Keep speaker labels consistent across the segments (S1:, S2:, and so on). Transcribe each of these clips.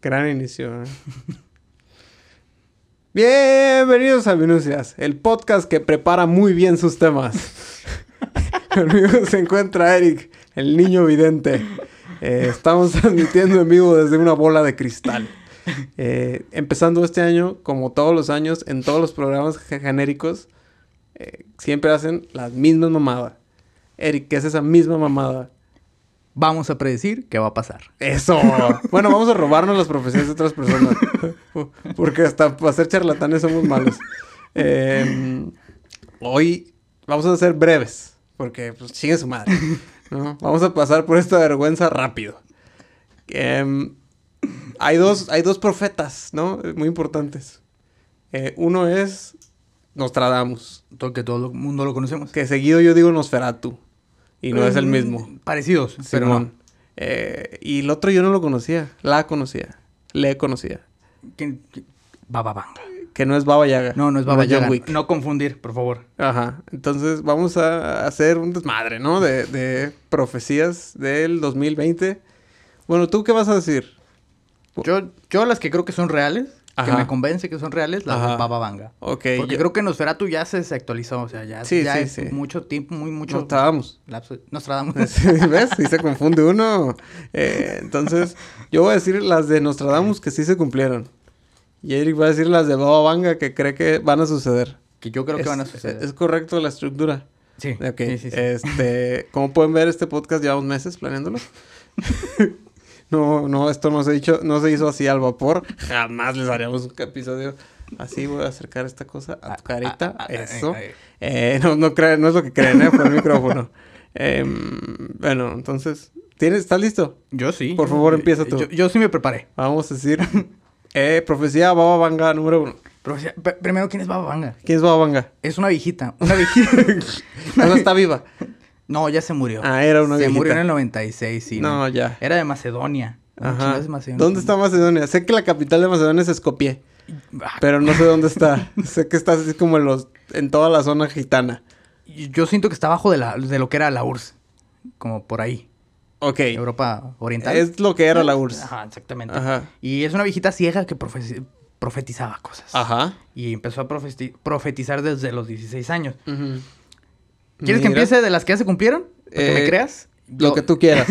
S1: Gran inicio. ¿eh? Bienvenidos a Minucias, el podcast que prepara muy bien sus temas. Conmigo se encuentra Eric, el niño vidente. Eh, estamos transmitiendo en vivo desde una bola de cristal. Eh, empezando este año, como todos los años, en todos los programas ge- genéricos, eh, siempre hacen las mismas mamadas. Eric, ¿qué es esa misma mamada?
S2: Vamos a predecir qué va a pasar.
S1: Eso. Bueno, vamos a robarnos las profecías de otras personas. Porque hasta para ser charlatanes somos malos. Eh, hoy vamos a ser breves. Porque, pues, chingue su madre. ¿no? Vamos a pasar por esta vergüenza rápido. Em, hay, dos, hay dos profetas, ¿no? Muy importantes. Eh, uno es Nostradamus.
S2: Todo, que todo el mundo lo conocemos.
S1: Que seguido yo digo Nosferatu. Y no es el mismo.
S2: Mm, Parecidos, pero no.
S1: Simón. Eh, y el otro yo no lo conocía. La conocía. Le conocía.
S2: ¿Quién- quién? Baba Vanga.
S1: Que no es Baba Yaga.
S2: No, no es Baba
S1: John
S2: Yaga.
S1: Wick.
S2: No confundir, por favor.
S1: Ajá. Entonces vamos a hacer un desmadre, ¿no? De, de profecías del 2020. Bueno, ¿tú qué vas a decir? Bu-
S2: Yo, yo las que creo que son reales,
S1: Ajá.
S2: que me convence que son reales, las
S1: Ajá.
S2: de Baba Vanga.
S1: Ok.
S2: Porque
S1: yo-
S2: creo que Nosferatu Eh, ya se desactualizó, o sea, ya,
S1: Sí,
S2: ya
S1: sí,
S2: es
S1: sí.
S2: mucho tiempo, muy mucho
S1: Nostradamus.
S2: lapso. Nostradamus.
S1: ¿Ves? Sí se confunde uno. Eh, entonces, yo voy a decir las de Nostradamus que sí se cumplieron. Y Eric va a decir las de Baba Vanga que cree que van a suceder.
S2: que yo creo
S1: es,
S2: que van a suceder.
S1: Es correcto la estructura.
S2: sí.
S1: Ok,
S2: sí, sí, sí.
S1: Este, como pueden ver, este podcast llevamos meses planeándolo. no, no, esto no se, dicho, no se hizo así al vapor. Jamás les haríamos un episodio así. Voy a acercar esta cosa a tu carita.
S2: Ah, ah, ah,
S1: Eso.
S2: eh, eh.
S1: Eh, no, no, creen- no es lo que creen, ¿eh? Fue el micrófono. Em, bueno, entonces, ¿tienes, ¿estás listo?
S2: Yo sí.
S1: Por
S2: yo-
S1: favor,
S2: yo- eh,
S1: empieza tú.
S2: Yo, yo sí me preparé.
S1: Vamos a decir eh, Profecía Baba Vanga número uno.
S2: Pero, o sea, pr- primero, ¿quién es Baba Vanga?
S1: ¿Quién es Baba Vanga?
S2: Es una viejita. Una viejita.
S1: No, no está viva.
S2: no, ya se murió.
S1: Ah, era una
S2: Se
S1: viejita.
S2: murió en el 96, sí.
S1: No, ya.
S2: Era de Macedonia. ¿Dónde
S1: Ajá.
S2: chingados es Macedonia?
S1: ¿Dónde está Macedonia? Sé que la capital de Macedonia es Escopie,
S2: Ah,
S1: pero no sé dónde está. sé que está así como en, los, en toda la zona gitana.
S2: Yo siento que está abajo de, la, de lo que era la URSS. Como por ahí.
S1: Ok.
S2: Europa Oriental. Ah,
S1: Es lo que era la URSS.
S2: Ajá, exactamente.
S1: Ajá.
S2: Y es una viejita ciega que profe- profetizaba cosas.
S1: Ajá.
S2: Y empezó a profeti- profetizar desde los 16 años.
S1: Ujú.
S2: ¿Quieres
S1: Mira,
S2: que empiece de las que ya se cumplieron? ¿Para que
S1: Eh,
S2: me creas?
S1: Lo
S2: Yo-
S1: que tú quieras.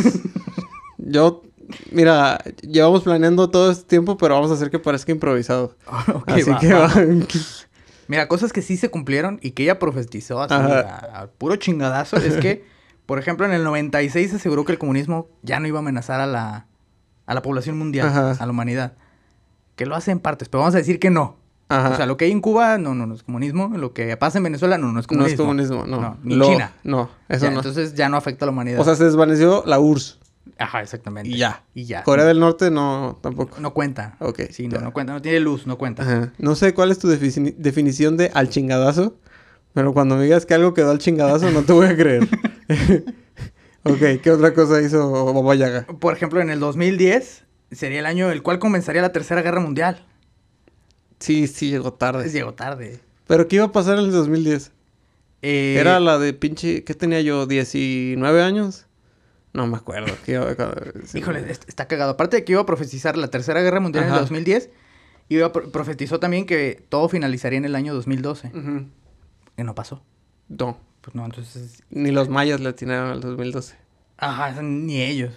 S1: Yo, mira, llevamos planeando todo este tiempo, pero vamos a hacer que parezca improvisado.
S2: Ok,
S1: Así
S2: va,
S1: que
S2: va.
S1: va.
S2: Mira, cosas que sí se cumplieron y que ella profetizó así
S1: Ajá.
S2: a, a puro chingadazo es que, por ejemplo, en el 96 se aseguró que el comunismo ya no iba a amenazar a la, a la población mundial,
S1: Ajá.
S2: a la humanidad. Que lo hace en partes, pero vamos a decir que no.
S1: Ajá.
S2: O sea, lo que hay en Cuba, no, no, no es comunismo. Lo que pasa en Venezuela, no, no es
S1: no
S2: comunismo.
S1: es comunismo, no.
S2: ni
S1: Lo-
S2: China.
S1: No, eso
S2: Ya,
S1: no.
S2: Entonces ya no afecta a la humanidad.
S1: O sea, se desvaneció la URSS.
S2: Ajá, exactamente.
S1: Y ya.
S2: Y ya.
S1: Corea del Norte no, tampoco.
S2: No cuenta.
S1: Ok,
S2: Sí, no,
S1: ya.
S2: no cuenta. No tiene luz, no cuenta.
S1: Ajá. No sé cuál es tu defini- definición de al chingadazo, pero cuando me digas que algo quedó al chingadazo no te voy a creer. ok, ¿qué otra cosa hizo Baba Yaga?
S2: Por ejemplo, en el 2010 sería el año el cual comenzaría la Tercera Guerra Mundial.
S1: Sí, sí, llegó tarde.
S2: pues, Llegó tarde.
S1: ¿Pero qué iba a pasar en el 2010?
S2: Eh,
S1: Era la de pinche... ¿Qué tenía yo? ¿19 años? No me acuerdo. ¿Qué iba a- sí,
S2: Híjole, est- está cagado. Aparte de que iba a profetizar la Tercera Guerra Mundial en
S1: Ajá.
S2: el 2010, iba a pro- profetizó también que todo finalizaría en el año 2012.
S1: Ujú.
S2: Que no pasó.
S1: No,
S2: Pues no, entonces...
S1: ni los mayas le atinaron al 2012.
S2: Ajá, ni ellos.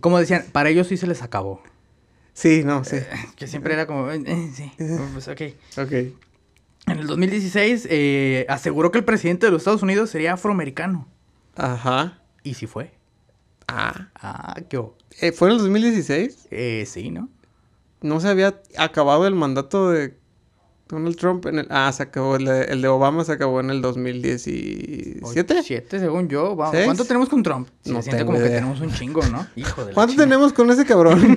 S2: como decían, para ellos sí se les acabó.
S1: sí, no, sí.
S2: Que siempre era como... eh, eh, sí, pues ok.
S1: Ok.
S2: En el 2016 eh, aseguró que el presidente de los Estados Unidos sería afroamericano.
S1: Ajá.
S2: Y sí fue.
S1: Ah.
S2: Ah, qué... o-
S1: Eh, ¿Fue en el 2016?
S2: Eh, sí, ¿no?
S1: no se había acabado el mandato de Donald Trump en el... Ah, se acabó. El de, el de Obama se acabó en el 2017.
S2: Siete, según yo. Vamos.
S1: ¿Seis?
S2: ¿Cuánto tenemos con Trump? Se
S1: No
S2: siente
S1: tengo
S2: como que
S1: idea.
S2: tenemos un chingo, ¿no? Hijo de la
S1: ¿Cuánto
S2: chingada.
S1: tenemos con ese cabrón?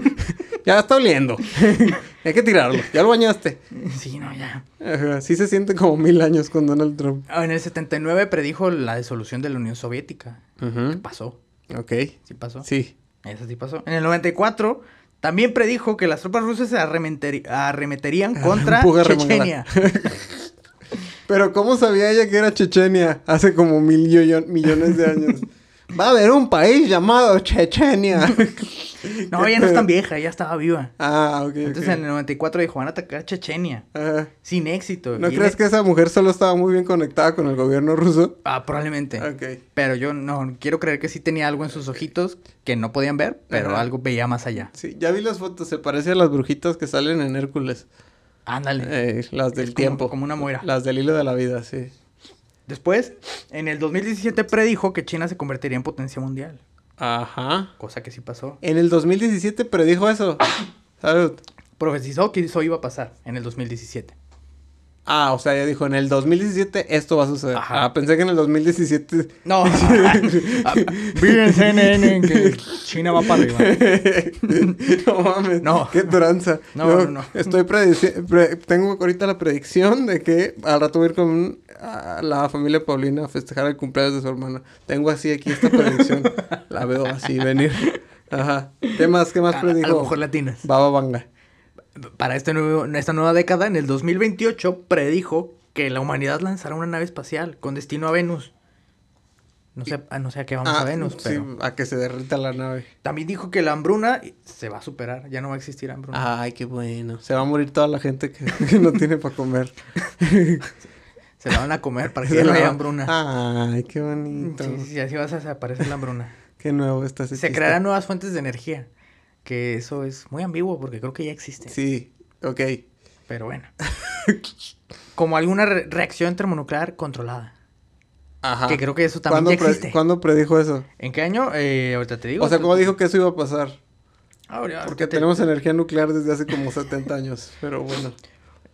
S1: ya está oliendo. Hay que tirarlo. Ya lo bañaste.
S2: Sí, no, ya.
S1: Ajá, Sí se siente como mil años con Donald Trump.
S2: Ah, En el 79 predijo la disolución de la Unión Soviética.
S1: Ujú,
S2: Pasó.
S1: Ok.
S2: Sí pasó.
S1: Sí.
S2: Eso sí pasó. En el 94 también predijo que las tropas rusas se arrementeri- arremeterían
S1: Ah,
S2: contra
S1: Puga
S2: Chechenia.
S1: Pero ¿cómo sabía ella que era Chechenia? Hace como mil yo- yo- millones de años. Va a haber un país llamado Chechenia.
S2: No, ella no es tan vieja, ella estaba viva.
S1: ah, ok.
S2: Entonces
S1: ok.
S2: en el 94 dijo, van a atacar Chechenia.
S1: Ah,
S2: Sin éxito.
S1: ¿No
S2: Y
S1: crees
S2: ella-
S1: que esa mujer solo estaba muy bien conectada con el gobierno ruso?
S2: Ah, probablemente.
S1: Ok.
S2: Pero yo no, quiero creer que sí tenía algo en sus ojitos que no podían ver, pero
S1: Ajá.
S2: algo veía más allá.
S1: Sí, ya vi las fotos, se parece a las brujitas que salen en Hércules.
S2: Ándale.
S1: Eh, las del
S2: como-
S1: tiempo.
S2: como una moira.
S1: Las del hilo de la vida, sí.
S2: Después, en el 2017 predijo que China se convertiría en potencia mundial.
S1: Ajá.
S2: Cosa que sí pasó.
S1: En el 2017 predijo eso. Salud.
S2: Profetizó que eso iba a pasar en el 2017.
S1: Ah, o sea, ya dijo, en el 2017 esto va a suceder.
S2: Ajá.
S1: Ah, pensé que en el 2017...
S2: No. Ah, Vi en CNN que China va para arriba.
S1: no mames.
S2: No.
S1: Qué tranza.
S2: No,
S1: Luego,
S2: no, no.
S1: Estoy predici- pre- tengo ahorita la predicción de que al rato voy a ir con a la familia Paulina a festejar el cumpleaños de su hermana. Tengo así aquí esta predicción. la veo así venir. Ajá. ¿Qué más? ¿Qué más
S2: A,
S1: predijo?
S2: a lo mejor latinas.
S1: Baba Vanga.
S2: Para este nuevo, esta nueva década, en el 2028, predijo que la humanidad lanzará una nave espacial con destino a Venus. No sé, ah, no sé a qué vamos
S1: Ah,
S2: a Venus,
S1: sí,
S2: pero...
S1: a que se derrita la nave.
S2: También dijo que la hambruna se va a superar, ya no va a existir hambruna.
S1: Ay, qué bueno. Se va a morir toda la gente que, que no tiene para comer.
S2: Se la van a comer para que
S1: Se
S2: ya no
S1: la- Ah,
S2: haya hambruna.
S1: Ay, qué bonito.
S2: Sí, sí, así vas a desaparecer la hambruna.
S1: Qué nuevo está ese
S2: Se
S1: chiste.
S2: crearán nuevas fuentes de energía, que eso es muy ambiguo porque creo que ya existe.
S1: Sí, ok.
S2: Pero bueno. Como alguna re- reacción termonuclear controlada,
S1: Ajá.
S2: que creo que eso
S1: ¿Cuándo,
S2: también ya
S1: pre-
S2: existe.
S1: cuándo predijo eso?
S2: ¿En qué año? Eh, ahorita te digo.
S1: O sea, ¿cómo dijo que eso iba a pasar?
S2: Ahora,
S1: Porque
S2: ahorita te-
S1: tenemos energía nuclear desde hace como 70 años, pero bueno.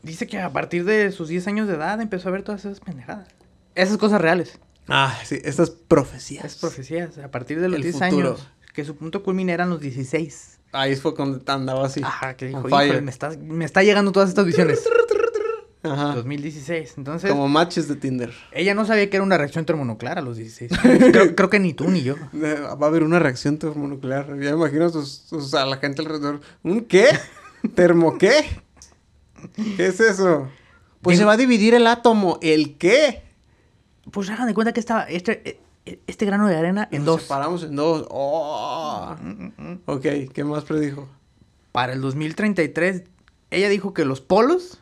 S2: Dice que a partir de sus 10 años de edad empezó a ver todas esas pendejadas. Esas cosas reales.
S1: Ah, sí, estas profecías.
S2: Esas profecías. A partir de los
S1: El
S2: 10
S1: futuro.
S2: años. Que su punto culmine eran los 16.
S1: Ahí fue cuando andaba así.
S2: Ajá, que
S1: on
S2: dijo,
S1: fire.
S2: "Híjole, me está, me está llegando todas estas visiones.
S1: Ajá.
S2: 2016. Entonces,
S1: Ah. Como matches de Tinder.
S2: ella no sabía que era una reacción termonuclear a los 16. creo, creo que ni tú ni yo.
S1: Eh, Va a haber una reacción termonuclear. Ya me imagino sus- sus- a la gente alrededor. ¿Un qué? ¿Termo qué? ¿Qué es eso? Pues
S2: Digo-
S1: se va a dividir el átomo. ¿El qué?
S2: Pues hagan de cuenta que estaba este, eh, este grano de arena en
S1: Nos
S2: dos. Mm,
S1: separamos en dos. Oh. Ok, ¿qué más predijo?
S2: Para el 2033, ella dijo que los polos.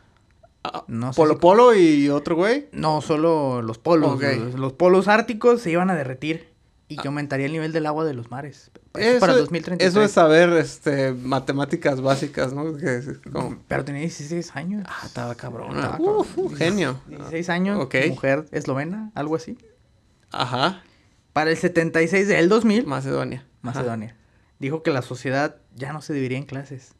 S1: Ah,
S2: No sé
S1: Polo
S2: si-
S1: Polo y otro güey.
S2: No, solo los polos.
S1: Ok.
S2: Los, los polos árticos se iban a derretir y que aumentaría el nivel del agua de los mares. Eso, para el 2033.
S1: Eso es saber este, matemáticas básicas, ¿no? Que es como,
S2: Pero tenía 16 años.
S1: ah, estaba cabrona.
S2: Estaba
S1: Uf,
S2: cabrón.
S1: uh, genio.
S2: 16 años,
S1: Ok.
S2: mujer eslovena, algo así.
S1: Ajá.
S2: Para el 76 del 2000,
S1: Macedonia. Ajá.
S2: Macedonia dijo que la sociedad ya no se dividiría en clases.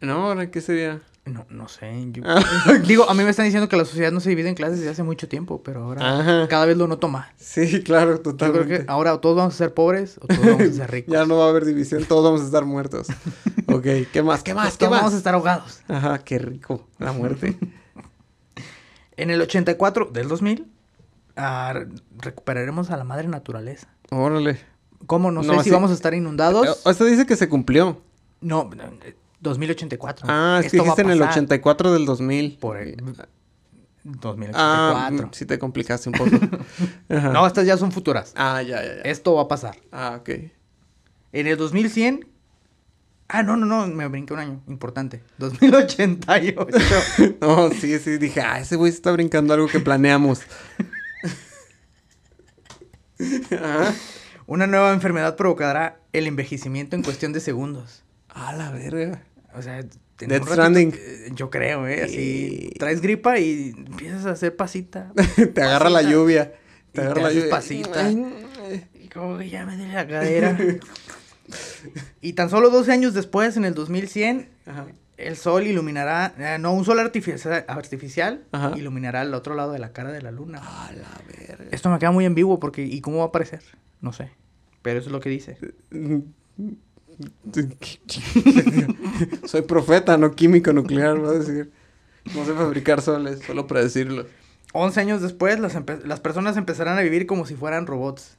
S1: No, ahora qué sería.
S2: No, no sé. yo-
S1: Ah.
S2: Digo, a mí me están diciendo que la sociedad no se divide en clases desde hace mucho tiempo, pero ahora
S1: Ajá.
S2: cada vez lo noto más.
S1: Sí, claro,
S2: Yo creo ah,
S1: totalmente.
S2: que ahora o todos vamos a ser pobres o todos vamos a ser ricos.
S1: Ya no va a haber división, todos vamos a estar muertos. ok, ¿qué más? ¿Qué más? ¿Qué
S2: Todos vamos a
S1: más?
S2: estar ahogados.
S1: Ajá, qué rico, la muerte.
S2: En el 84 del 2000, ah, re- recuperaremos a la madre naturaleza.
S1: Órale.
S2: ¿Cómo? No,
S1: No,
S2: sé
S1: así-
S2: si vamos a estar
S1: Eh,
S2: inundados.
S1: Esto dice que se cumplió.
S2: No, no, eh, 2084.
S1: Ah, es que
S2: Esto va a
S1: dijiste en el Ah,
S2: pasar
S1: 84 del 2000.
S2: Por el 2084.
S1: Ah, mm, sí te complicaste un poco. Ajá.
S2: No, estas ya son futuras.
S1: Ah, ya, ya, ya.
S2: Esto va a pasar.
S1: Ah, ok.
S2: En el 2100... Ah, no, no, no, me brinqué un año. Importante. 2088.
S1: No, sí, sí, dije, ah, ese güey se está brincando algo que planeamos. Ajá.
S2: Una nueva enfermedad provocará el envejecimiento en cuestión de segundos.
S1: Ah, la verga.
S2: O sea, en un
S1: Death
S2: ratito,
S1: Stranding.
S2: eh, yo creo, ¿eh? Así.
S1: Sí.
S2: Traes gripa y empiezas a hacer pasita.
S1: te agarra la
S2: Pasita.
S1: lluvia.
S2: Y
S1: Te agarra
S2: te
S1: la
S2: haces
S1: lluvia.
S2: pasita.
S1: Ay,
S2: Y como que ya me duele la cadera. y tan solo 12 años después, en el 2100,
S1: Ajá.
S2: el sol iluminará. eh, no, un sol artificial, artificial
S1: Ajá.
S2: iluminará al otro lado de la cara de la luna.
S1: Ah, la verga.
S2: Esto me queda muy ambiguo porque. ¿Y cómo va a aparecer? No sé. Pero eso es lo que dice.
S1: Soy profeta, no químico nuclear, va a decir. No sé fabricar soles, solo para decirlo.
S2: 11 años después, las, empe- las personas empezarán a vivir como si fueran robots.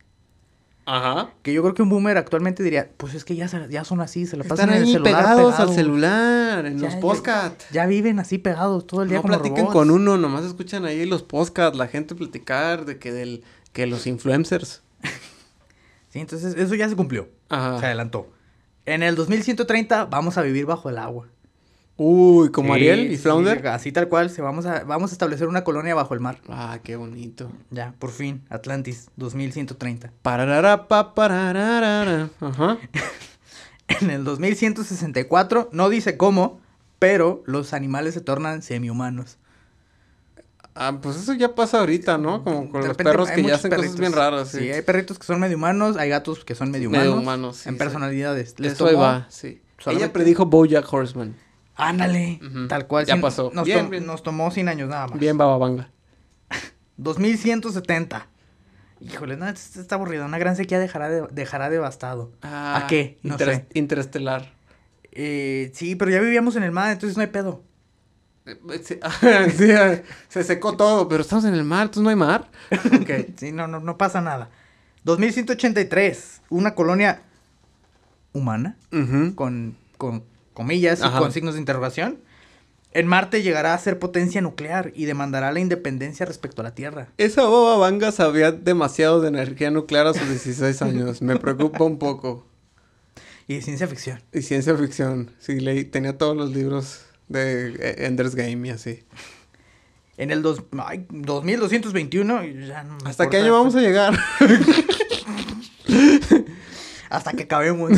S1: Ajá.
S2: Que yo creo que un boomer actualmente diría, pues es que ya, se- ya son así, se la pasan
S1: Están
S2: en el
S1: ahí
S2: celular.
S1: pegados al
S2: pegados.
S1: celular, en
S2: Ya,
S1: los
S2: ya-
S1: podcast.
S2: Ya, viven así pegados todo el día
S1: No
S2: como
S1: platican
S2: robots.
S1: con uno, nomás escuchan ahí los podcasts, la gente platicar de que del que los influencers.
S2: Sí, entonces eso ya se cumplió.
S1: Ajá.
S2: Se adelantó. En el 2130 vamos a vivir bajo el agua.
S1: Uy, como
S2: Sí,
S1: Ariel y
S2: sí,
S1: Flounder.
S2: así tal cual, se vamos, a, vamos a establecer una colonia bajo el mar.
S1: Ah, qué bonito.
S2: Ya, por fin, Atlantis 2130.
S1: Pararara, pa, pararara. Ajá.
S2: En el 2164, no dice cómo, pero los animales se tornan semihumanos.
S1: Ah, pues eso ya pasa ahorita, ¿no? Como con
S2: De
S1: los
S2: repente
S1: perros
S2: hay
S1: que ya
S2: muchos
S1: hacen
S2: perritos.
S1: cosas bien raras. Sí,
S2: hay perritos que son medio humanos, hay gatos que son medio humanos.
S1: Medio humanos, sí,
S2: en
S1: sí.
S2: personalidades. Les
S1: Eso ahí
S2: tomó-
S1: va, sí.
S2: solamente-
S1: Ella predijo Bojack Horseman.
S2: Ándale,
S1: Ujú,
S2: tal cual.
S1: ya
S2: cien-
S1: pasó.
S2: Nos,
S1: Bien,
S2: tom-
S1: bien.
S2: nos tomó 100 años nada más.
S1: Bien, Bababanga.
S2: 2170. Híjole, no, esto está aburrido. Una gran sequía dejará, de- dejará devastado. ¿A qué? No
S1: Interes-
S2: sé.
S1: Interestelar.
S2: Eh, sí, pero ya vivíamos en el mar, entonces no hay pedo.
S1: Eh, eh, sí, sí, eh, se secó todo, pero estamos en el mar, entonces no hay mar. Ok.
S2: Sí, no, no, no pasa nada. 2183, una colonia humana,
S1: Ujú.
S2: con, con comillas y
S1: Ajá.
S2: con signos de interrogación. En Marte llegará a ser potencia nuclear y demandará la independencia respecto a la Tierra.
S1: Esa boba vanga sabía demasiado de energía nuclear a sus 16 años. Me preocupa un poco.
S2: Y de ciencia ficción.
S1: Y ciencia ficción. Sí, leí, tenía todos los libros de eh, Ender's Game y así.
S2: En el dos- ay, 2221, ya no me
S1: ¿Hasta qué
S2: importa.
S1: año vamos a llegar?
S2: Hasta que acabemos.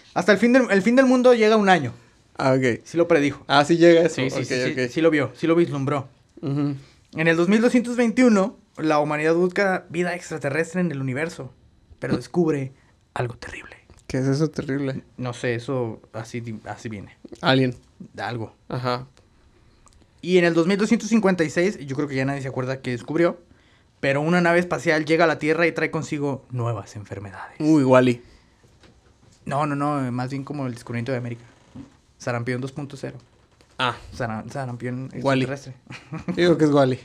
S2: Hasta el fin, del, el fin del mundo llega un año.
S1: ah, ok.
S2: Sí lo predijo.
S1: Ah, sí llega eso.
S2: Sí, sí,
S1: Ok,
S2: sí, sí,
S1: ok.
S2: sí lo vio, sí lo vislumbró.
S1: Ujú.
S2: En el 2221, la humanidad busca vida extraterrestre en el universo, pero descubre algo terrible.
S1: ¿Qué es eso terrible?
S2: No sé, eso así, di- así viene.
S1: Alien.
S2: Algo.
S1: Ajá.
S2: Y en el 2256, yo creo que ya nadie se acuerda que descubrió, pero una nave espacial llega a la Tierra y trae consigo nuevas enfermedades.
S1: Uy, Wally.
S2: No, no, no, más bien como el descubrimiento de América. Sarampión 2.0.
S1: Ah,
S2: Sara- Sarampión
S1: Wally.
S2: extraterrestre.
S1: digo que es Wally.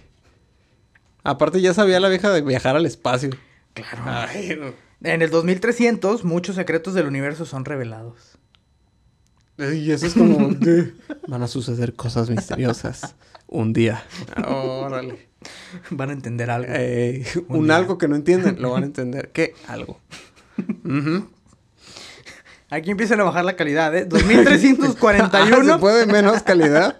S1: Aparte ya sabía la vieja de viajar al espacio.
S2: Claro.
S1: Ay, no.
S2: En el 2300, muchos secretos del universo son revelados.
S1: Y eso es como... de, Van a suceder cosas misteriosas un día. Ah, Órale.
S2: Van a entender algo.
S1: Eh,
S2: Un
S1: un
S2: día.
S1: algo que no entienden, lo van a entender. ¿Qué algo? Ujú.
S2: Aquí empiezan a bajar la calidad, ¿eh?
S1: Ah, ¿Se
S2: 2341.
S1: puede menos calidad?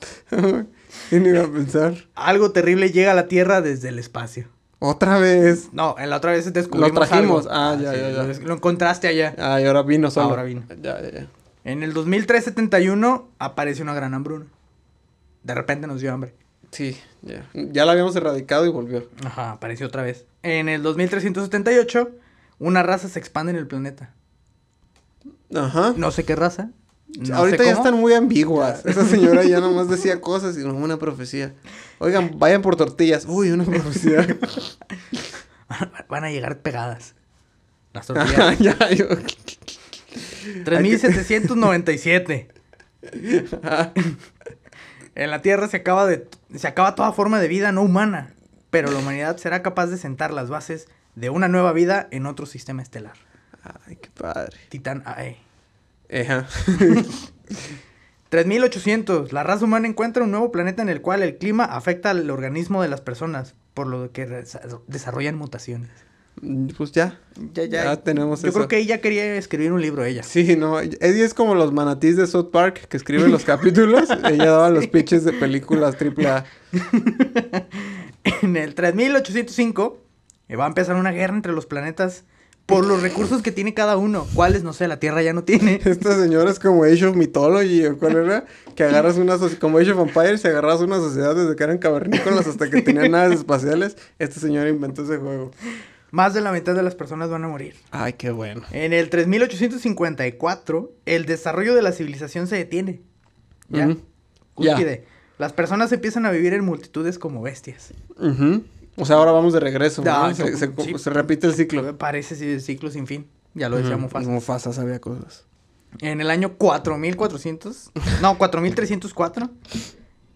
S1: ¿Quién iba a pensar?
S2: algo terrible llega a la Tierra desde el espacio.
S1: Otra vez.
S2: No, en la otra vez descubrimos
S1: trajimos.
S2: algo.
S1: Ah, ya, ya, ya.
S2: Lo, lo encontraste allá.
S1: Ay, ahora vino solo.
S2: Ahora vino.
S1: Ya, ya, ya.
S2: En el 2371 aparece una gran hambruna. De repente nos dio hambre.
S1: Sí, ya. Ya la habíamos erradicado y volvió.
S2: Ajá, apareció otra vez. En el 2378, una raza se expande en el planeta.
S1: Ajá.
S2: No sé qué raza. no
S1: Ahorita
S2: sé
S1: ya
S2: cómo.
S1: están muy ambiguas. Esa señora ya nomás decía cosas y no una profecía. Oigan, vayan por tortillas. Uy, una profecía.
S2: Van a llegar pegadas. Las
S1: Ah,
S2: tortillas.
S1: ya, yo.
S2: 3797. En la Tierra se acaba de se acaba toda forma de vida no humana, pero la humanidad será capaz de sentar las bases de una nueva vida en otro sistema estelar.
S1: Ay, qué padre.
S2: Titán E. AE.
S1: Ejá.
S2: 3800. La raza humana encuentra un nuevo planeta en el cual el clima afecta al organismo de las personas, por lo que resa- desarrollan mutaciones.
S1: Mm, Pues ya.
S2: Ya, ya.
S1: Ya tenemos
S2: Yo
S1: eso.
S2: creo que ella quería escribir un libro ella.
S1: Sí, no. Eddie es como los manatís de South Park que escriben los capítulos. Ella daba los pitches de películas triple A.
S2: En el 3805 eh, va a empezar una guerra entre los planetas por los recursos que tiene cada uno. ¿Cuáles? No sé, la Tierra ya no tiene.
S1: Esta señora Este es como Age of Mythology, ¿o ¿cuál era? Que agarras una sociedad, como Age of Empires, y agarras una sociedad desde que eran cavernícolas hasta que tenían naves espaciales. Esta señora inventó ese juego.
S2: Más de la mitad de las personas van a morir.
S1: Ay, qué bueno.
S2: En el 3854, el desarrollo de la civilización se detiene. Ya.
S1: Ujú. Ya.
S2: Cúspide. Las personas empiezan a vivir en multitudes como bestias.
S1: Ujú. O sea, ahora vamos de regreso, ¿no?
S2: Ah,
S1: se,
S2: yo-
S1: se-
S2: sí.
S1: se repite el ciclo.
S2: Eh, Parece si- el ciclo sin fin. Ya lo decía
S1: Ujú.
S2: Mufasa.
S1: Mufasa sabía cosas.
S2: En el año 4400, no, 4304,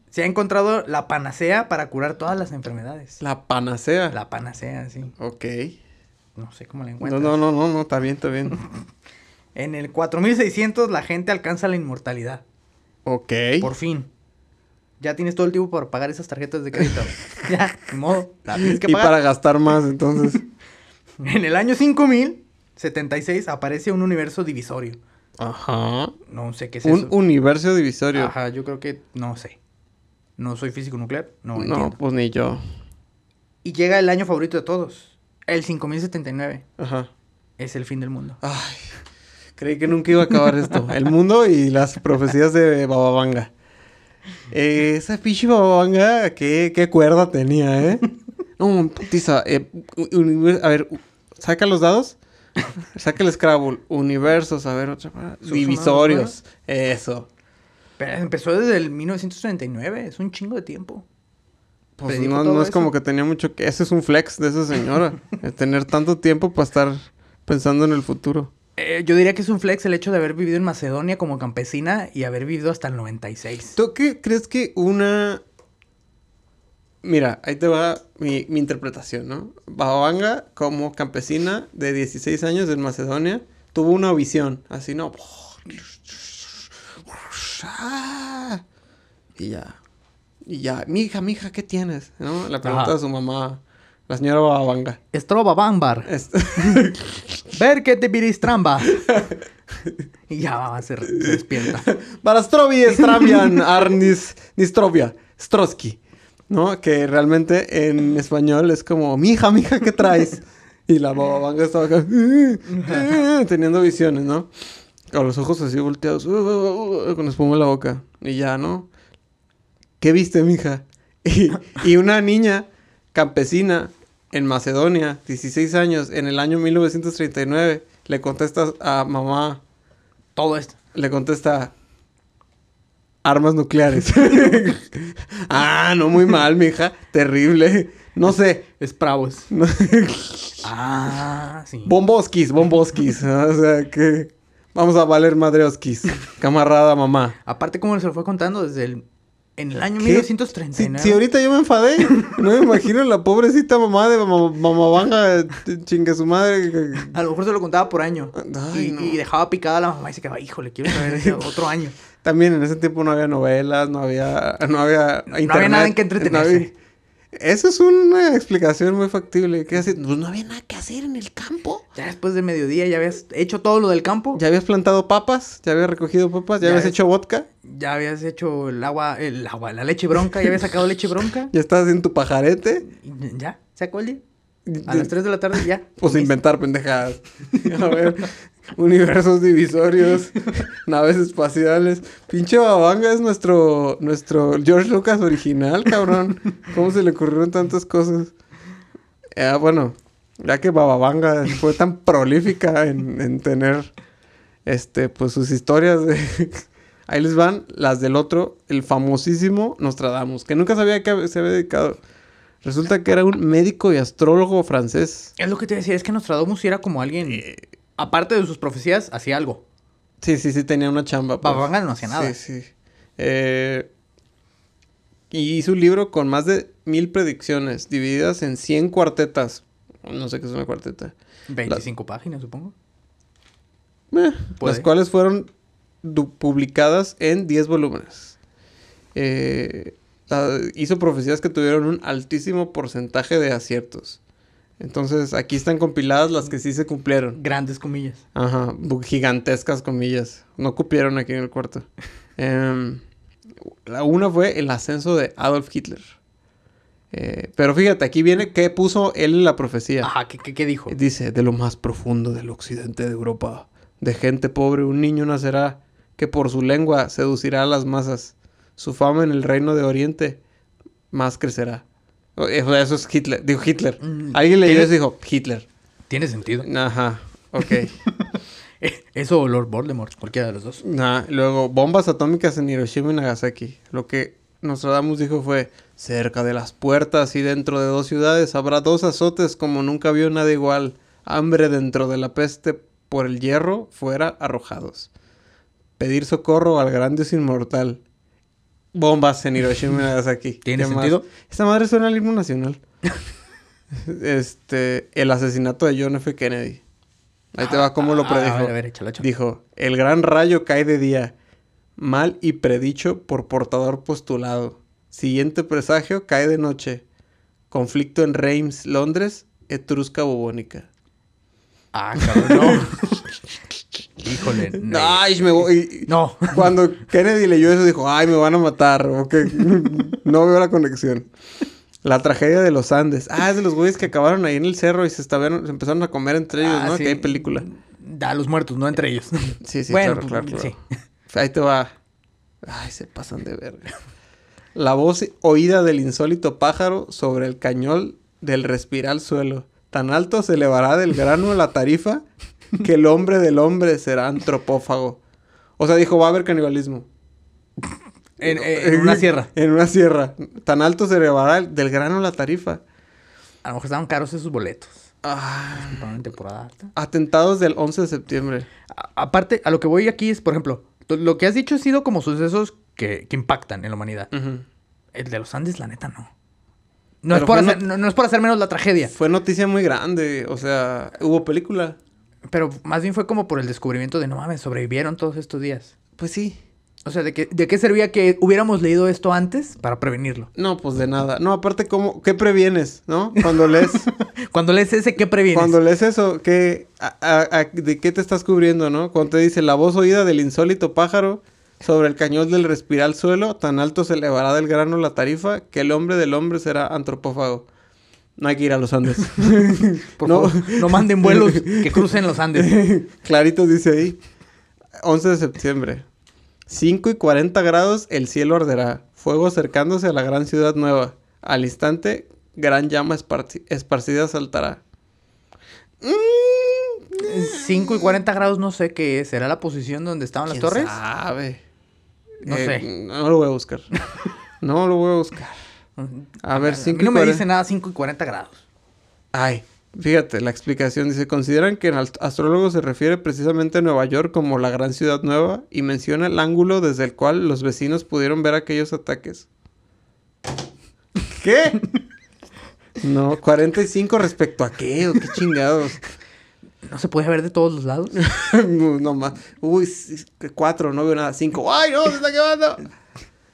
S2: se ha encontrado la panacea para curar todas las enfermedades.
S1: La panacea.
S2: La panacea, sí.
S1: Ok.
S2: No sé cómo la
S1: No,
S2: encuentran.
S1: no, no, no, no, está bien, está bien.
S2: En el 4600 la gente alcanza la inmortalidad.
S1: Ok.
S2: Por fin. Ya tienes todo el tiempo para pagar esas tarjetas de crédito. ya, ni modo. La tienes que
S1: y
S2: pagar.
S1: para gastar más, entonces.
S2: En el año 5000 76 aparece un universo divisorio.
S1: Ajá.
S2: No sé qué es
S1: Un
S2: eso.
S1: universo divisorio.
S2: Ajá, yo creo que no sé. No soy físico nuclear, no,
S1: no,
S2: entiendo.
S1: pues ni yo.
S2: Y llega el año favorito de todos, el 5079.
S1: Ajá.
S2: Es el fin del mundo.
S1: Ay, creí que nunca iba a acabar esto. El mundo y las profecías de Bababanga. Eh, esa pinche Bababanga, qué, qué cuerda tenía, ¿eh? No, putiza. eh, univer- a ver, u- saca los dados. Saca el Scrabble. Universos, a ver, otra palabra.
S2: Sus
S1: Divisorios. Eso.
S2: Pero empezó desde el 1939, es un chingo de tiempo.
S1: Pues
S2: Predijo
S1: no, no
S2: todo
S1: es como
S2: eso.
S1: que tenía mucho que... Ese es un flex de esa señora. el tener tanto tiempo para estar pensando en el futuro.
S2: Eh, yo diría que es un flex el hecho de haber vivido en Macedonia como campesina y haber vivido hasta el 96.
S1: ¿Tú qué crees que una... Mira, ahí te va mi, mi interpretación, ¿no? Babanga, como campesina de 16 años en Macedonia, tuvo una visión, así, ¿no? Ah, Y ya. Y ya. Mija, mija, ¿qué tienes? ¿No? La pregunta
S2: Ajá.
S1: de su mamá, la señora Este, Babanga.
S2: Estroba Bambar,
S1: Es-
S2: ver que te piristramba. y ya va, se, re- se despierta.
S1: Barastrovi, Stravian, Arnis, Nistrovia, Strosky. ¿No? Que realmente en español es como, mija, mija, ¿qué traes? Y la bababanga estaba acá, "Eh, eh", teniendo visiones, ¿no? Con los ojos así volteados, "Uh, uh, uh", con espuma en la boca. Y ya, ¿no? ¿Qué viste, mija? Y, y una niña campesina en Macedonia, 16 años, en el año 1939, le contesta a mamá,
S2: Todo esto.
S1: le contesta armas nucleares. ah, no muy mal, mija, terrible. No sé.
S2: Espravos.
S1: No-
S2: Ah, sí.
S1: bomboskis, bomboskis. ¿no? O sea que vamos a valer madreoskis, camarada mamá.
S2: Aparte, como se lo fue contando desde el. En el año
S1: ¿Qué? Si,
S2: 1939.
S1: si ahorita yo me enfadé, no me imagino la pobrecita mamá de mamá, mamá Vanga, ch- chingue su madre. que-
S2: A lo mejor se lo contaba por año.
S1: Ay,
S2: y,
S1: no.
S2: y dejaba picada a la mamá y se quedaba, híjole, quiero saber ese otro año.
S1: También en ese tiempo no había novelas, no había, no había internet.
S2: nada en que entretenerse.
S1: Eso es una explicación muy factible. ¿Qué hace? Pues no había nada que hacer en el campo.
S2: Ya después de mediodía ya habías hecho todo lo del campo. Ya,
S1: Ya habías plantado papas, ya habías recogido papas, ya,
S2: Ya
S1: habías
S2: ves.
S1: hecho vodka,
S2: habías hecho el agua, el agua, la leche bronca, ya habías sacado leche bronca.
S1: ya estabas en tu pajarete.
S2: Y ya, se acabó el día. A las 3 de la tarde ya.
S1: Pues
S2: comiste.
S1: inventar pendejadas. A ver, universos divisorios, naves espaciales. Pinche Babanga es nuestro, nuestro George Lucas original, cabrón. ¿Cómo se le ocurrieron tantas cosas? Ah, bueno, ya que Bababanga fue tan prolífica en, en tener este, pues sus historias de. Ahí les van las del otro, el famosísimo Nostradamus, que nunca sabía que se había dedicado. Resulta que era un médico y astrólogo francés.
S2: Es lo que te decía, es que Nostradamus sí era como alguien.
S1: Eh.
S2: Aparte de sus profecías, hacía algo.
S1: Sí, sí, sí, tenía una chamba. pues.
S2: Babanga no hacía nada.
S1: Sí, sí. Eh, y hizo un libro con más de mil predicciones, divididas en 100 cuartetas. No sé qué es una cuarteta.
S2: 25 páginas, supongo.
S1: Eh, las
S2: Puede.
S1: cuales fueron du- publicadas en 10 volúmenes. Eh, la- hizo profecías que tuvieron un altísimo porcentaje de aciertos. Entonces, aquí están compiladas las que sí se cumplieron.
S2: Grandes comillas.
S1: Ajá, bu- gigantescas comillas. No cupieron aquí en el cuarto. Em, la una fue el ascenso de Adolf Hitler. Eh, pero fíjate, aquí viene qué puso él en la profecía.
S2: Ajá, ¿qué, qué, qué dijo?
S1: Dice, de lo más profundo del occidente de Europa, de gente pobre un niño nacerá, que por su lengua seducirá a las masas. Su fama en el reino de Oriente más crecerá. O- Eso eso es Hitler. Dijo Hitler.
S2: Mm,
S1: Alguien leyó
S2: tiene-
S1: eso y dijo, Hitler.
S2: Tiene sentido.
S1: Ajá, ok.
S2: Eh, Eso o Lord Voldemort, cualquiera de los dos.
S1: Nah, luego, bombas atómicas en Hiroshima y Nagasaki. Lo que Nostradamus dijo fue: cerca de las puertas y dentro de dos ciudades habrá dos azotes como nunca vio nada igual. Hambre dentro de la peste por el hierro fuera arrojados. Pedir socorro al gran dios inmortal. Bombas en Hiroshima y Nagasaki.
S2: ¿Tiene
S1: ¿Qué más?
S2: sentido?
S1: Esta madre suena al himno nacional. este, el asesinato de John F. Kennedy. Ahí te va cómo lo
S2: Ah,
S1: predijo.
S2: A ver, a ver, échala, échala.
S1: Dijo, el gran rayo cae de día, mal y predicho por portador postulado. Siguiente presagio cae de noche. Conflicto en Reims, Londres, etrusca bubónica.
S2: Ah, cabrón, no. Híjole. No.
S1: Ay, me voy.
S2: No.
S1: Cuando Kennedy leyó eso dijo, ay, me van a matar. o que no veo la conexión. La tragedia de los Andes. Ah, es de los güeyes que acabaron ahí en el cerro y se, estaban, se empezaron a comer entre ellos,
S2: Ah,
S1: ¿no?
S2: sí.
S1: Que hay película.
S2: Da los muertos, no entre ellos.
S1: Sí, sí,
S2: Bueno,
S1: claro, claro,
S2: pues,
S1: claro. Ahí te va. Ay, se pasan de verga. La voz oída del insólito pájaro sobre el cañón del respiral suelo. Tan alto se elevará del grano la tarifa que el hombre del hombre será antropófago. O sea, dijo, va a haber canibalismo.
S2: En, eh, en una sierra.
S1: En una sierra. Tan alto se elevará el- del grano la tarifa.
S2: A lo mejor estaban caros esos boletos.
S1: Ah,
S2: Para una temporada alta.
S1: atentados del 11 de septiembre.
S2: A- aparte, a lo que voy aquí es, por ejemplo, to- lo que has dicho ha sido como sucesos que, que impactan en la humanidad.
S1: Ujú.
S2: El de los Andes, la neta, no. No es,
S1: Pero
S2: por
S1: fue
S2: hacer, no, no es por hacer menos la tragedia,
S1: Fue noticia muy grande. O sea, hubo película.
S2: pero más bien fue como por el descubrimiento de, no mames, sobrevivieron todos estos días.
S1: Pues sí.
S2: O sea, ¿de qué, de qué servía que hubiéramos leído esto antes para prevenirlo?
S1: No, pues de nada. No, aparte, ¿cómo, ¿qué previenes, no? Cuando lees,
S2: Cuando lees ese, ¿qué previenes?
S1: cuando lees eso, ¿qué, a- a- a- ¿de qué te estás cubriendo, no? Cuando te dice la voz oída del insólito pájaro sobre el cañón del respiral suelo, tan alto se elevará del grano la tarifa que el hombre del hombre será antropófago. No hay que ir a los Andes.
S2: Por
S1: no.
S2: favor, no manden vuelos que crucen los Andes.
S1: Clarito dice ahí. 11 de septiembre. 5 y 40 grados, el cielo arderá. Fuego acercándose a la gran ciudad nueva. Al instante, gran llama esparci- esparcida saltará. Mm,
S2: 5 y 40 grados, no sé qué es. ¿Será la posición donde estaban las
S1: ¿quién
S2: torres?
S1: sabe?
S2: No
S1: Eh,
S2: sé.
S1: No lo voy a buscar. no lo voy a buscar. A ver,
S2: A
S1: 5
S2: mí no me dice nada 5 y 40 grados.
S1: Ay, fíjate, la explicación dice, consideran que el ast- astrólogo se refiere precisamente a Nueva York como la gran ciudad nueva y menciona el ángulo desde el cual los vecinos pudieron ver aquellos ataques. ¿Qué? No, 45 respecto a qué, o qué chingados.
S2: ¿No se puede ver de todos los lados?
S1: no no más. Uy, 4, no veo nada. 5. ¡Ay, no! ¡Se está quemando!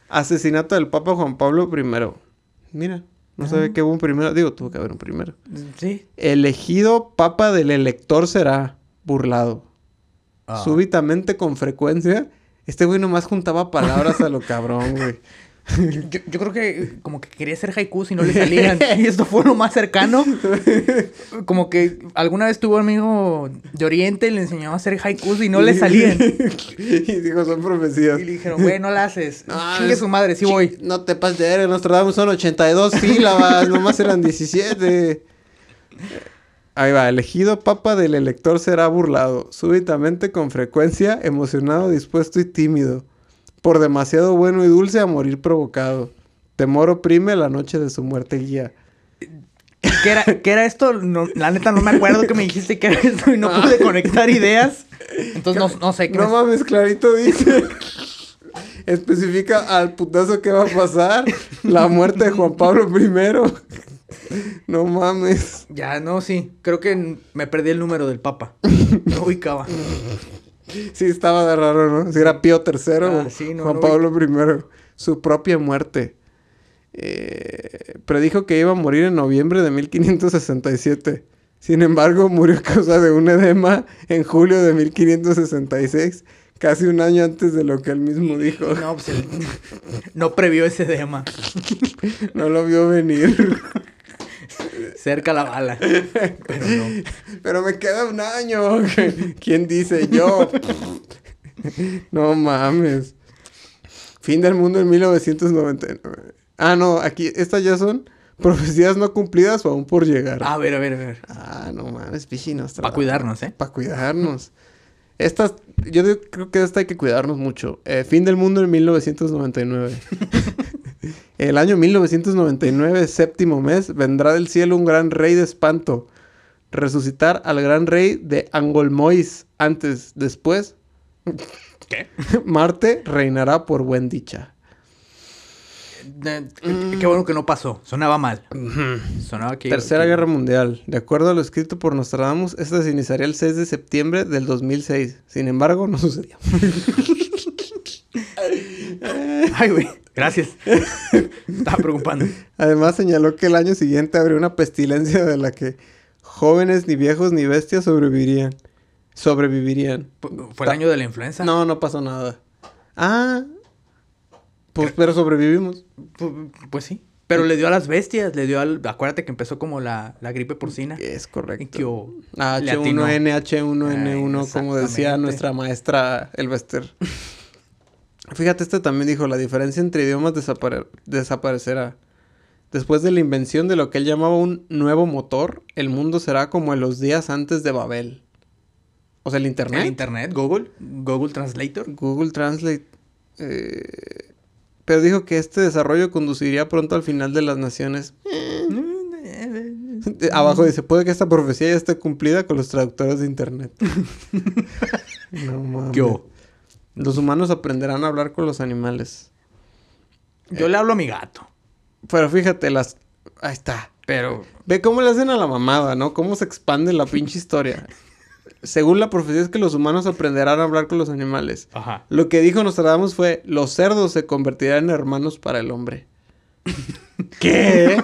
S1: Asesinato del Papa Juan Pablo I. Mira, no
S2: Ah.
S1: sabe que hubo un primero. Digo, tuvo que haber un primero.
S2: Sí.
S1: Elegido papa del elector será burlado.
S2: Ah.
S1: Súbitamente, con frecuencia, este güey nomás juntaba palabras a lo cabrón, güey.
S2: Yo, yo creo que como que quería ser haiku si no le salían. y esto fue lo más cercano. Como que alguna vez tuvo un amigo de Oriente y le enseñó a hacer haikus y no le salían.
S1: y dijo, son profecías.
S2: Y le dijeron, güey, no la haces.
S1: No,
S2: Chingue
S1: Ah, es-
S2: su madre, sí
S1: chi-
S2: voy.
S1: No te pases de ver, en Nostradamus son 82 sílabas, nomás eran 17. Ahí va, elegido papa del elector será burlado, súbitamente con frecuencia, emocionado, dispuesto y tímido, por demasiado bueno y dulce a morir provocado. Temor oprime la noche de su muerte guía.
S2: ¿Qué era, qué era esto? No, la neta no me acuerdo que me dijiste que era esto y no pude conectar ideas. Entonces no, no sé qué
S1: Ah. No
S2: me-
S1: mames, clarito dice. Especifica al putazo que va a pasar la muerte de Juan Pablo I. No mames.
S2: Ya, no, sí. Creo que n- me perdí el número del papa. No ubicaba.
S1: Sí, estaba de raro, ¿no? Si era Pío III
S2: Ah,
S1: o
S2: sí, no,
S1: Juan
S2: no vi-
S1: Pablo I. Su propia muerte. Eh, predijo que iba a morir en noviembre de 1567. Sin embargo, murió a causa de un edema en julio de 1566, casi un año antes de lo que él mismo dijo.
S2: No, pues el- no previó ese tema.
S1: No lo vio venir.
S2: Cerca la bala. Pero no.
S1: Pero me queda un año. ¿Quién dice yo? no mames. Fin del mundo en 1999. Ah, no, aquí, estas ya son profecías no cumplidas o aún por llegar. Ah,
S2: A ver, a ver, a ver.
S1: no mames, pichinos.
S2: Para cuidarnos, ¿eh?
S1: Para cuidarnos. Estas, yo digo- creo que esta hay que cuidarnos mucho. Eh, fin del mundo en 1999. El año 1999, séptimo mes, vendrá del cielo un gran rey de espanto. Resucitar al gran rey de Angolmois. Antes, después. ¿Qué? Marte reinará por buen dicha.
S2: De- Mm. Qué bueno que no pasó. Sonaba mal. Sonaba que.
S1: Tercera
S2: que-
S1: Guerra Mundial. De acuerdo a lo escrito por Nostradamus, esta se iniciaría el 6 de septiembre del 2006. Sin embargo, no sucedió.
S2: Ay, güey. Gracias. Estaba preocupando.
S1: Además señaló que el año siguiente abrió una pestilencia de la que Jóvenes, ni viejos, ni bestias sobrevivirían. Sobrevivirían.
S2: Fue el
S1: Ta-
S2: año de la influenza.
S1: No, no pasó nada. Ah. Pues, pero sobrevivimos.
S2: Pu- Pues, sí. Pero le dio a las bestias, le dio al... Acuérdate que empezó como la, la gripe porcina.
S1: Es
S2: Y
S1: correcto.
S2: que oh, le atinó.
S1: H1N, H1N1,
S2: Ay,
S1: como decía
S2: exactamente.
S1: nuestra maestra Elvester. Fíjate, este también dijo, la diferencia entre idiomas desapare- desaparecerá. Después de la invención de lo que él llamaba un nuevo motor, el mundo será como en los días antes de Babel. O sea, el internet.
S2: El internet, Google, Google Translator.
S1: Google Translate. eh, pero dijo que este desarrollo conduciría pronto al final de las naciones. De- Abajo dice, puede que esta profecía ya esté cumplida con los traductores de internet. no mames.
S2: ¿Qué hubo?
S1: Los humanos aprenderán a hablar con los animales.
S2: Yo le hablo a mi gato,
S1: Pero fíjate, las... Ahí está.
S2: pero
S1: Ve cómo le hacen a la mamada, ¿no? Cómo se expande la pinche historia. Según la profecía es que los humanos aprenderán a hablar con los animales.
S2: ajá.
S1: Lo que dijo Nostradamus fue, los cerdos se convertirán en hermanos para el hombre. ¿Qué?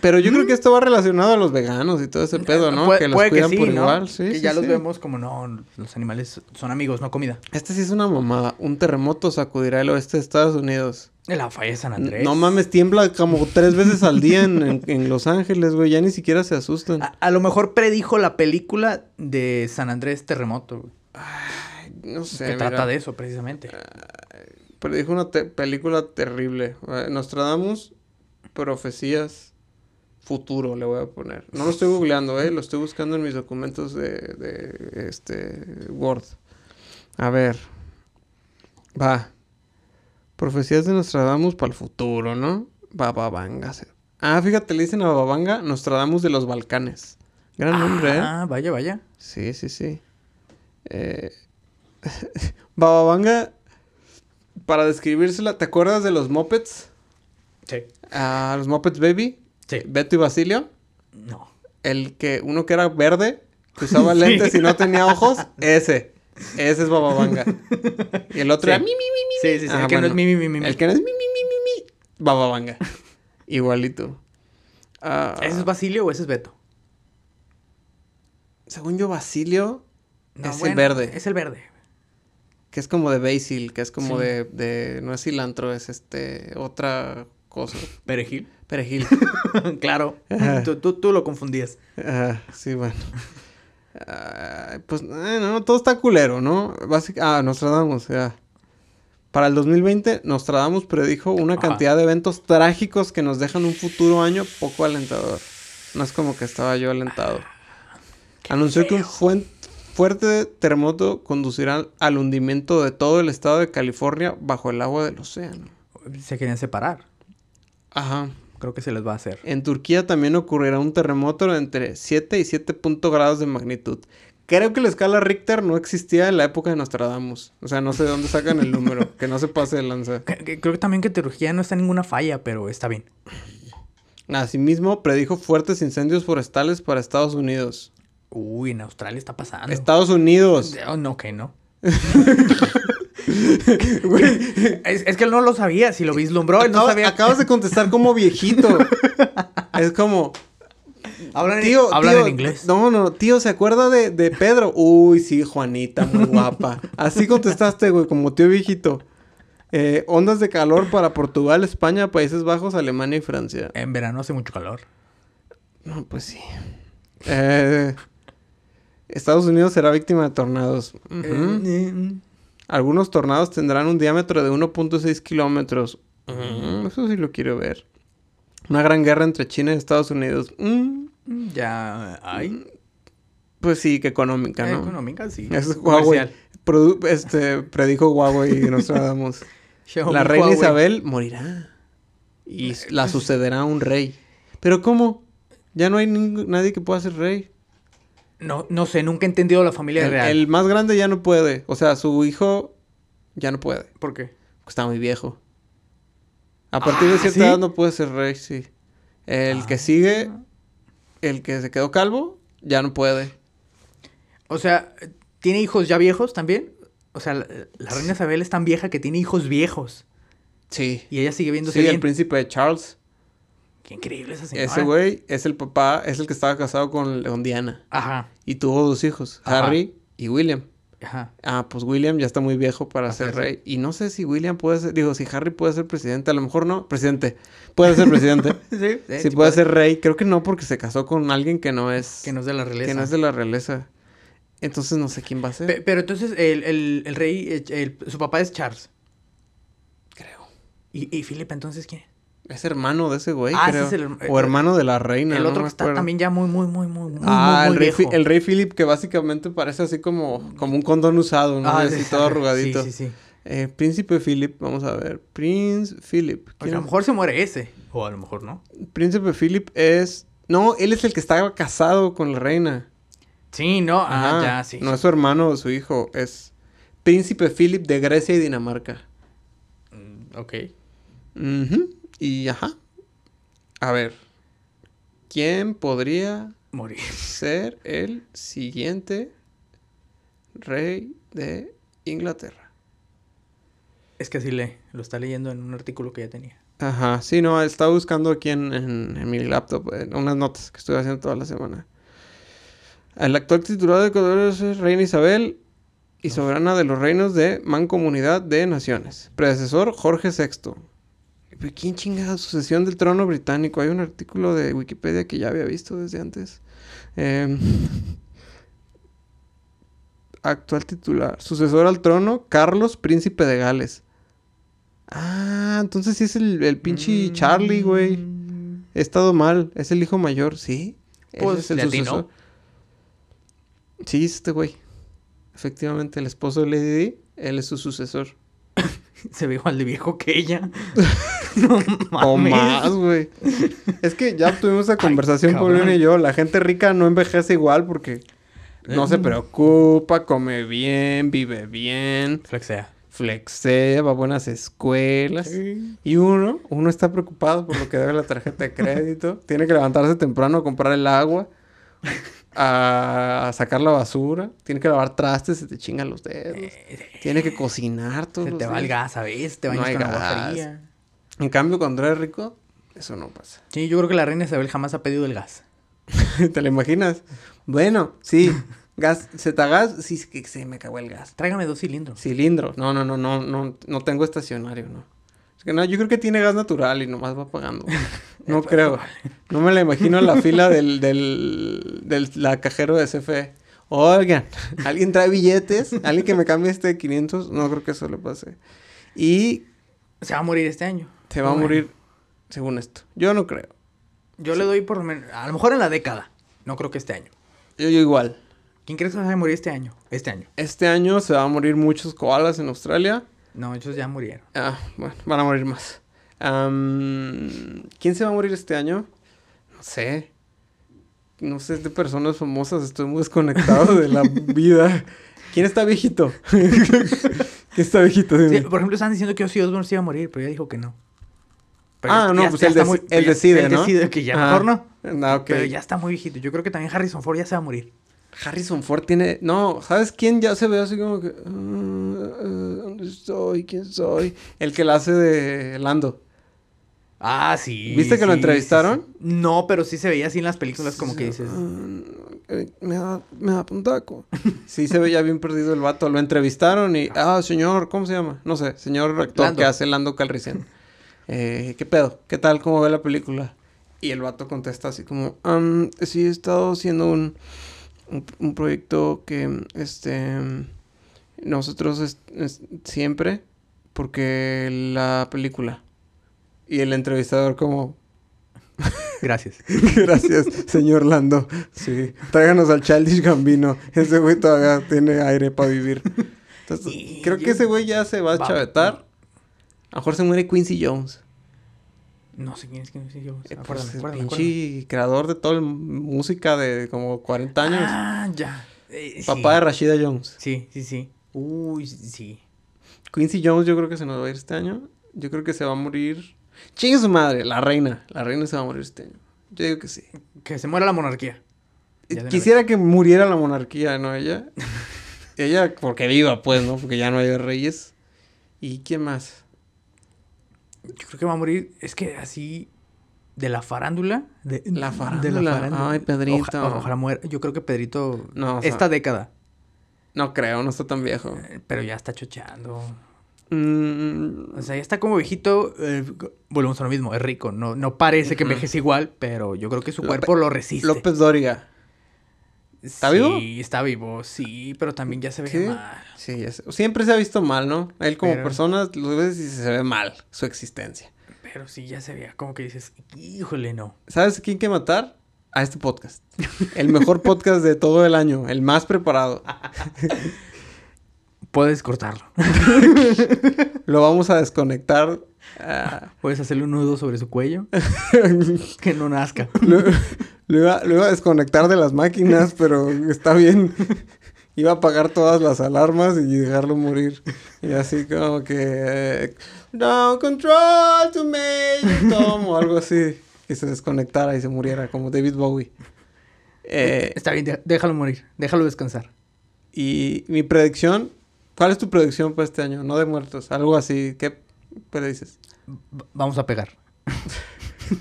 S1: Pero yo creo que esto va relacionado a los veganos y todo ese pedo, ¿no?
S2: Pue-
S1: que los
S2: puede
S1: cuidan
S2: sí,
S1: por
S2: ¿no?
S1: igual. Sí,
S2: que
S1: sí,
S2: ya los
S1: sí.
S2: vemos como no, los animales son amigos, no comida.
S1: Esta sí es una mamada. Un terremoto sacudirá el oeste de Estados Unidos.
S2: En La falla de San
S1: N-
S2: Andrés.
S1: No mames, tiembla como tres veces al día en, en- en Los Ángeles, güey. Ya ni siquiera se asustan.
S2: A, a lo mejor predijo la película de San Andrés Terremoto, güey,
S1: no sé.
S2: que
S1: mira. Ah,
S2: trata de eso precisamente.
S1: Pero dijo una te- película terrible. Eh, Nostradamus, profecías, futuro le voy a poner. No lo estoy googleando, ¿eh? Lo estoy buscando en mis documentos de, de, este, Word. A ver. Va. Profecías de Nostradamus para el futuro, ¿no? Bababanga. se- Ah, fíjate, le dicen a Bababanga Nostradamus de los Balcanes. Gran nombre, ¿eh?
S2: Ah, vaya, vaya.
S1: Sí, sí, sí. Eh... Bababanga, para describírsela, ¿te acuerdas de los Muppets?
S2: Sí.
S1: Ah, los Muppets Baby,
S2: Sí.
S1: Beto y Basilio.
S2: No.
S1: El que, uno que era verde, que usaba lentes y no tenía ojos, ese. Ese es Bababanga. Y el otro
S2: Sí.
S1: era mi, mi, mi, mi,
S2: Sí, sí, sí.
S1: Ah,
S2: el que no es
S1: bueno.
S2: mi, mi, mi, mi.
S1: El que no es mi, mi, mi, mi, mi, Bababanga. Igualito. Ah,
S2: ¿Ese es Basilio o ese es Beto?
S1: según yo, Basilio,
S2: No,
S1: Es el
S2: bueno,
S1: verde.
S2: Es el verde.
S1: Que es como de basil, que es como
S2: Sí.
S1: de, de- No es cilantro, es este. Otra cosa.
S2: Perejil.
S1: Perejil.
S2: claro.
S1: Ajá.
S2: tú, tú, tú lo confundías.
S1: Ah, sí, bueno. Ah, pues, eh, no, todo está culero, ¿no? Básic- ah, Nostradamus, ya. Para el 2020, Nostradamus predijo una
S2: Ajá.
S1: cantidad de eventos trágicos que nos dejan un futuro año poco alentador. No es como que estaba yo alentado. Anunció que un fuen- fuerte terremoto conducirá al hundimiento de todo el estado de California bajo el agua del océano.
S2: Se querían separar.
S1: Ajá.
S2: Creo que se les va a hacer.
S1: En Turquía también ocurrirá un terremoto de entre 7 y 7.0 grados de magnitud. Creo que la escala Richter no existía en la época de Nostradamus. O sea, no sé de dónde sacan el número. que no se pase de lanza.
S2: Que- que- Creo que también que en teología no está ninguna falla, pero está bien.
S1: Asimismo, predijo fuertes incendios forestales para Estados Unidos.
S2: Uy, en Australia está pasando.
S1: ¡Estados Unidos!
S2: Oh, no, que no. es, es que él no lo sabía, si lo vislumbró, él no
S1: Acabas-
S2: sabía.
S1: Acabas de contestar como viejito. es como...
S2: Hablan, en-
S1: Tío,
S2: hablan
S1: tío,
S2: en inglés.
S1: No, no, tío, ¿se acuerda de, de Pedro? Uy, sí, Juanita, muy guapa. Así contestaste, güey, como tío viejito. Eh, ondas de calor para Portugal, España, Países Bajos, Alemania y Francia.
S2: En verano hace mucho calor.
S1: No, pues sí. Eh, Estados Unidos será víctima de tornados. Ujú.
S2: Eh, eh,
S1: Algunos tornados tendrán un diámetro de 1.6 kilómetros. Mm, Eso sí lo quiero ver. Una gran guerra entre China y Estados Unidos. Mm,
S2: mm, ya hay.
S1: pues sí, que económica, ¿no?
S2: Económica, sí.
S1: Eso es ah, Huawei.
S2: Comercial.
S1: Produ- este, predijo Huawei y Nostradamus.
S2: Xiaomi,
S1: la reina
S2: Huawei.
S1: Isabel morirá. Y s- la sucederá un rey. ¿Pero cómo? Ya no hay ningún- nadie que pueda ser rey.
S2: No, no sé, nunca he entendido la familia
S1: El,
S2: real.
S1: el más grande ya no puede. O sea, su hijo ya no puede.
S2: ¿Por qué?
S1: Está muy viejo. A partir de
S2: Ah,
S1: cierta
S2: ¿sí? Ah.
S1: edad no puede ser rey, sí. El que sigue, el que se quedó calvo, ya no puede.
S2: O sea, ¿tiene hijos ya viejos también? O sea, la, la reina Isabel es tan vieja que tiene hijos viejos.
S1: Sí.
S2: Y ella sigue viéndose
S1: Sí,
S2: bien.
S1: el príncipe Charles.
S2: Qué increíble esa señora.
S1: Ese güey es el papá, es el que estaba casado con, con Diana.
S2: Ajá,
S1: Y tuvo dos hijos,
S2: Ajá.
S1: Harry y William.
S2: ajá.
S1: Ah, pues William ya está muy viejo para ser rey. Y no sé si William puede ser, digo, si Harry puede ser presidente, a lo mejor no, presidente. Puede ser presidente. si
S2: Sí, sí, sí
S1: puede
S2: puede.
S1: ser rey, creo que no, porque se casó con alguien que no es,
S2: Que no es de la realeza.
S1: que no es de la realeza. Entonces no sé quién va a ser.
S2: Pe- pero entonces el, el, el rey, eh, el- su papá es Charles.
S1: creo.
S2: ¿Y, y Philip entonces quién?
S1: Es hermano de ese güey,
S2: Ah, ese
S1: creo.
S2: es el-
S1: o hermano de la reina.
S2: el
S1: no
S2: otro
S1: me
S2: que está
S1: acuerdo.
S2: también ya muy, muy, muy, muy, muy,
S1: Ah,
S2: muy,
S1: el,
S2: muy
S1: rey,
S2: viejo.
S1: Fi- el rey Philip que básicamente parece así como, como un condón usado, ¿no?
S2: Ah,
S1: así
S2: sí,
S1: todo arrugadito.
S2: Sí, sí, sí.
S1: Eh, Príncipe Philip, vamos a ver. Prince Philip.
S2: Porque a
S1: ¿Quién-
S2: lo mejor se muere ese. O a lo mejor no.
S1: Príncipe Philip es... No, él es el que estaba casado con la reina.
S2: Sí, no. Ah,
S1: Ajá.
S2: ya, sí.
S1: No es su hermano o su hijo, es Príncipe Philip de Grecia y Dinamarca.
S2: Mm, Ok.
S1: Ujú. Y ajá. A ver. ¿Quién podría
S2: Morir.
S1: ser el siguiente rey de Inglaterra?
S2: Es que así le, lo está leyendo en un artículo que ya tenía.
S1: Ajá, sí, no, estaba buscando aquí en, en- en mi laptop eh, unas notas que estuve haciendo toda la semana. El actual titular de Ecuador es Reina Isabel y soberana de los reinos de Mancomunidad de Naciones. Predecesor Jorge VI. ¿Pero ¿Quién chinga sucesión del trono británico? Hay un artículo de Wikipedia que ya había visto desde antes. Em, actual titular. Sucesor al trono, Carlos, príncipe de Gales. Ah, entonces sí es el, el pinche Charlie, güey.
S2: Mm.
S1: He estado mal. Es el hijo mayor, ¿sí? Él
S2: Pues,
S1: es el
S2: le atinó.
S1: sucesor. Sí, este güey. Efectivamente, el esposo de Lady Di, él es su sucesor.
S2: Se ve igual de viejo que ella. no
S1: O
S2: mames.
S1: más, güey. Es que ya tuvimos esa conversación,
S2: cabrón.
S1: Paulina y yo. La gente rica no envejece igual porque no se
S2: Mm.
S1: preocupa, come bien, vive bien,
S2: Flexea.
S1: flexea, va a buenas escuelas.
S2: Sí.
S1: Y uno, uno está preocupado por lo que debe la tarjeta de crédito, tiene que levantarse temprano a comprar el agua, a, a sacar la basura, tiene que lavar trastes, se te chingan los dedos, tiene que cocinar todo.
S2: Se te va el gas a veces, te bañas
S1: No hay
S2: con agua
S1: gas.
S2: fría.
S1: En cambio, cuando eres rico, eso no pasa.
S2: Sí, yo creo que la reina Isabel jamás ha pedido el gas.
S1: ¿Te lo imaginas? Bueno, sí. Gas, Zetagas, sí, es que se me acabó el gas.
S2: Tráigame dos cilindros.
S1: Cilindro. No, no, no, no, no, no tengo estacionario, no. Es que no, yo creo que tiene gas natural y nomás va pagando. No creo. No me la imagino en la fila del, del, del la cajero de CFE. Oigan, ¿alguien trae billetes? ¿Alguien que me cambie este de 500? No creo que eso le pase. Y
S2: Se va a morir este año.
S1: se va a
S2: Bueno,
S1: morir según esto. Yo no creo.
S2: Yo le doy por lo menos- a lo mejor en la década. No creo que este año.
S1: Yo, yo igual.
S2: ¿Quién crees que va a morir este año? Este año.
S1: Este año se van a morir muchos koalas en Australia.
S2: No, ellos ya murieron.
S1: Ah, bueno, van a morir más. Am, ¿Quién se va a morir este año? No sé. No sé de personas famosas, estoy muy desconectado de la vida. ¿Quién está viejito? ¿Quién está viejito?
S2: Sí,
S1: Dime.
S2: por ejemplo, están diciendo que Ozzy Osbourne se iba a morir, pero ella dijo que no. Pero
S1: ah,
S2: ya-
S1: no,
S2: ya-
S1: pues
S2: ya
S1: él,
S2: está
S1: dec-
S2: muy-
S1: él
S2: ya-
S1: decide,
S2: él
S1: ¿no?
S2: decide que ya
S1: Ah,
S2: mejor no.
S1: Ah, ok.
S2: Pero ya está muy viejito. Yo creo que también Harrison Ford ya se va a morir.
S1: Harrison Ford tiene. No, ¿sabes quién ya se ve así como que. "Ah, ah, ¿Dónde estoy? ¿Quién soy? El que la hace de Lando.
S2: Ah, sí.
S1: ¿Viste que lo
S2: sí, sí,
S1: entrevistaron?
S2: sí. No, pero sí se veía así en las películas, como que dices.
S1: "Ah, Me da, me da puntaco. Sí, se veía bien perdido el vato. Lo entrevistaron y. Ah, señor, ¿cómo se llama? No sé, señor actor
S2: Lando.
S1: que hace Lando Calrissian. Eh, ¿Qué pedo? ¿Qué tal? ¿Cómo ve la película? Y el vato contesta así como: "Am, Sí, he estado haciendo un, un, un proyecto que este nosotros es- es- siempre, porque la película. Y el entrevistador, como.
S2: Gracias.
S1: Gracias, señor Lando. Sí, tráiganos al Childish Gambino. Ese güey todavía tiene aire para vivir. Entonces,
S2: Y-
S1: creo que ese güey ya se va a
S2: Va.
S1: chavetar. A lo mejor se muere Quincy Jones.
S2: No sé quién es quién es. yo-
S1: Eh, pues,
S2: Acuérdame,
S1: el
S2: acuérdame, acuérdame.
S1: pinche creador de toda la música de como 40 años.
S2: Ah, ya. Eh, sí.
S1: Papá de Rashida Jones.
S2: Sí, sí, sí. Uy, sí.
S1: Quincy Jones yo creo que se nos va a ir este año. Yo creo que se va a morir. Chingue su madre, la reina. La reina se va a morir este año. Yo digo que sí.
S2: Que se muera la monarquía. Ya de una
S1: Quisiera que muriera la monarquía, ¿no? Ella. Ella, porque viva, pues, ¿no? Porque ya no hay reyes. ¿Y quién más?
S2: Yo creo que va a morir. Es que así. de la farándula. De
S1: La
S2: De la
S1: farándula.
S2: farándula.
S1: Ay, Pedrito.
S2: Oja- ojalá muera. Yo creo que Pedrito.
S1: No, o sea-
S2: esta década.
S1: No creo, no está tan viejo.
S2: eh, Pero ya está chocheando.
S1: Mm,
S2: O sea, ya está como viejito. eh, volvemos a lo mismo. Es rico. No, no parece que envejece igual, pero yo creo que su
S1: Lope-
S2: cuerpo lo resiste.
S1: López Dóriga. ¿Está vivo?
S2: Sí, está vivo. Sí, pero también ya se ve
S1: ¿Qué?
S2: mal.
S1: Sí, ya sé. siempre se ha visto mal, ¿no? Él como
S2: Pero-
S1: persona lo ves y se ve mal su existencia.
S2: Pero sí, ya se veía como que dices, híjole, no.
S1: ¿Sabes a quién que matar? A este podcast. El mejor podcast de todo el año, el más preparado.
S2: Puedes cortarlo.
S1: Lo vamos a desconectar. ah,
S2: Puedes hacerle un nudo sobre su cuello. que no nazca.
S1: lo, lo iba, lo iba a desconectar de las máquinas, pero está bien. Iba a apagar todas las alarmas y dejarlo morir. Y así como que... eh, No control to me, you Tom", o algo así. Que se desconectara y se muriera, como David Bowie. Eh,
S2: Está bien, de- déjalo morir. Déjalo descansar.
S1: Y mi predicción, ¿cuál es tu predicción para este año? No de muertos, algo así. ¿Qué predices?
S2: V- vamos a pegar.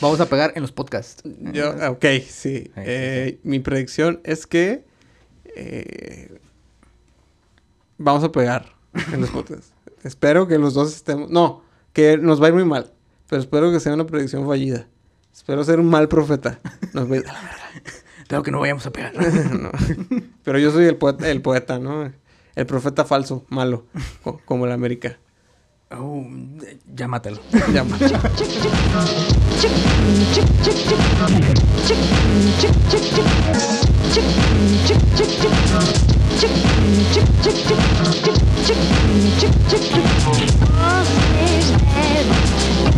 S2: vamos a pegar en los podcasts.
S1: Yo, ah, ok, sí.
S2: sí,
S1: Eh, Mi predicción es que eh, vamos a pegar en los podcasts. espero que los dos estemos. No, que nos va a ir muy mal. Pero espero que sea una predicción fallida. Espero ser un mal profeta. Nos va a ir a la verga.
S2: Claro que no vayamos a pegar.
S1: No. Pero yo soy el poeta, el poeta, ¿no? El profeta falso, malo, co- como el América.
S2: Oh, ya mátalo.
S1: Ya, malo.
S3: All stays there.